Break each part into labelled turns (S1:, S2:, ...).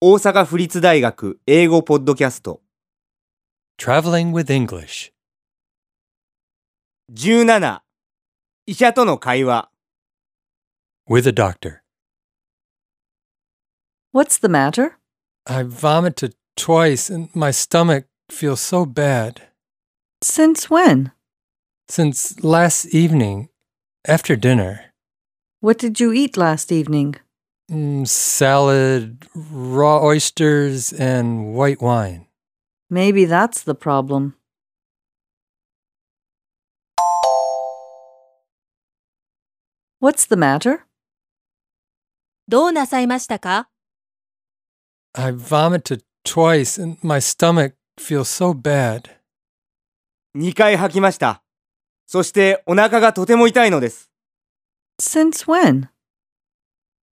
S1: 大阪府立大学英語ポッドキャスト
S2: Traveling with English.
S1: 17医者との会話
S2: With a doctor.
S3: What's the matter?
S2: I vomited twice and my stomach feels so bad.
S3: Since when?
S2: Since last evening, after dinner,
S3: What did you eat last evening?
S2: mm, salad, raw oysters, and white wine.
S3: Maybe that's the problem. 'What's the matter?
S4: どうなさいましたか
S2: I vomited twice and my stomach feels so bad.
S1: 2回吐きましたそしてお腹がとても痛いのです
S3: Since when?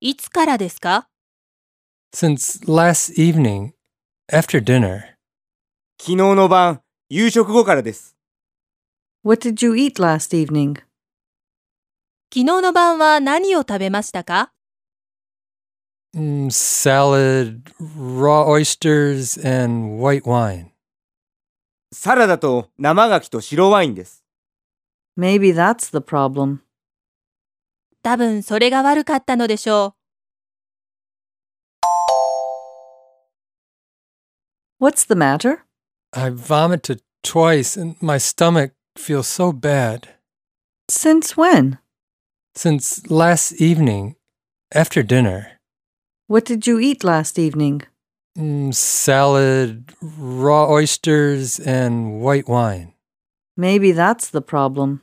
S4: いつからですか
S2: Since last evening, after dinner,
S1: 昨日の晩夕食後からです
S3: What did you eat last evening?
S4: 昨日の晩は何を食べましたか
S2: mm, salad, raw oysters, and white wine.
S1: サラダと生牡蠣と白ワインです
S3: Maybe that's the problem.
S4: 多分それが悪かったのでしょ
S3: What's the matter?
S2: I vomited twice and my stomach feels so bad.
S3: Since when?
S2: Since last evening, after dinner,
S3: What did you eat last evening?
S2: mm, salad, raw oysters, and white wine.
S3: Maybe that's the problem.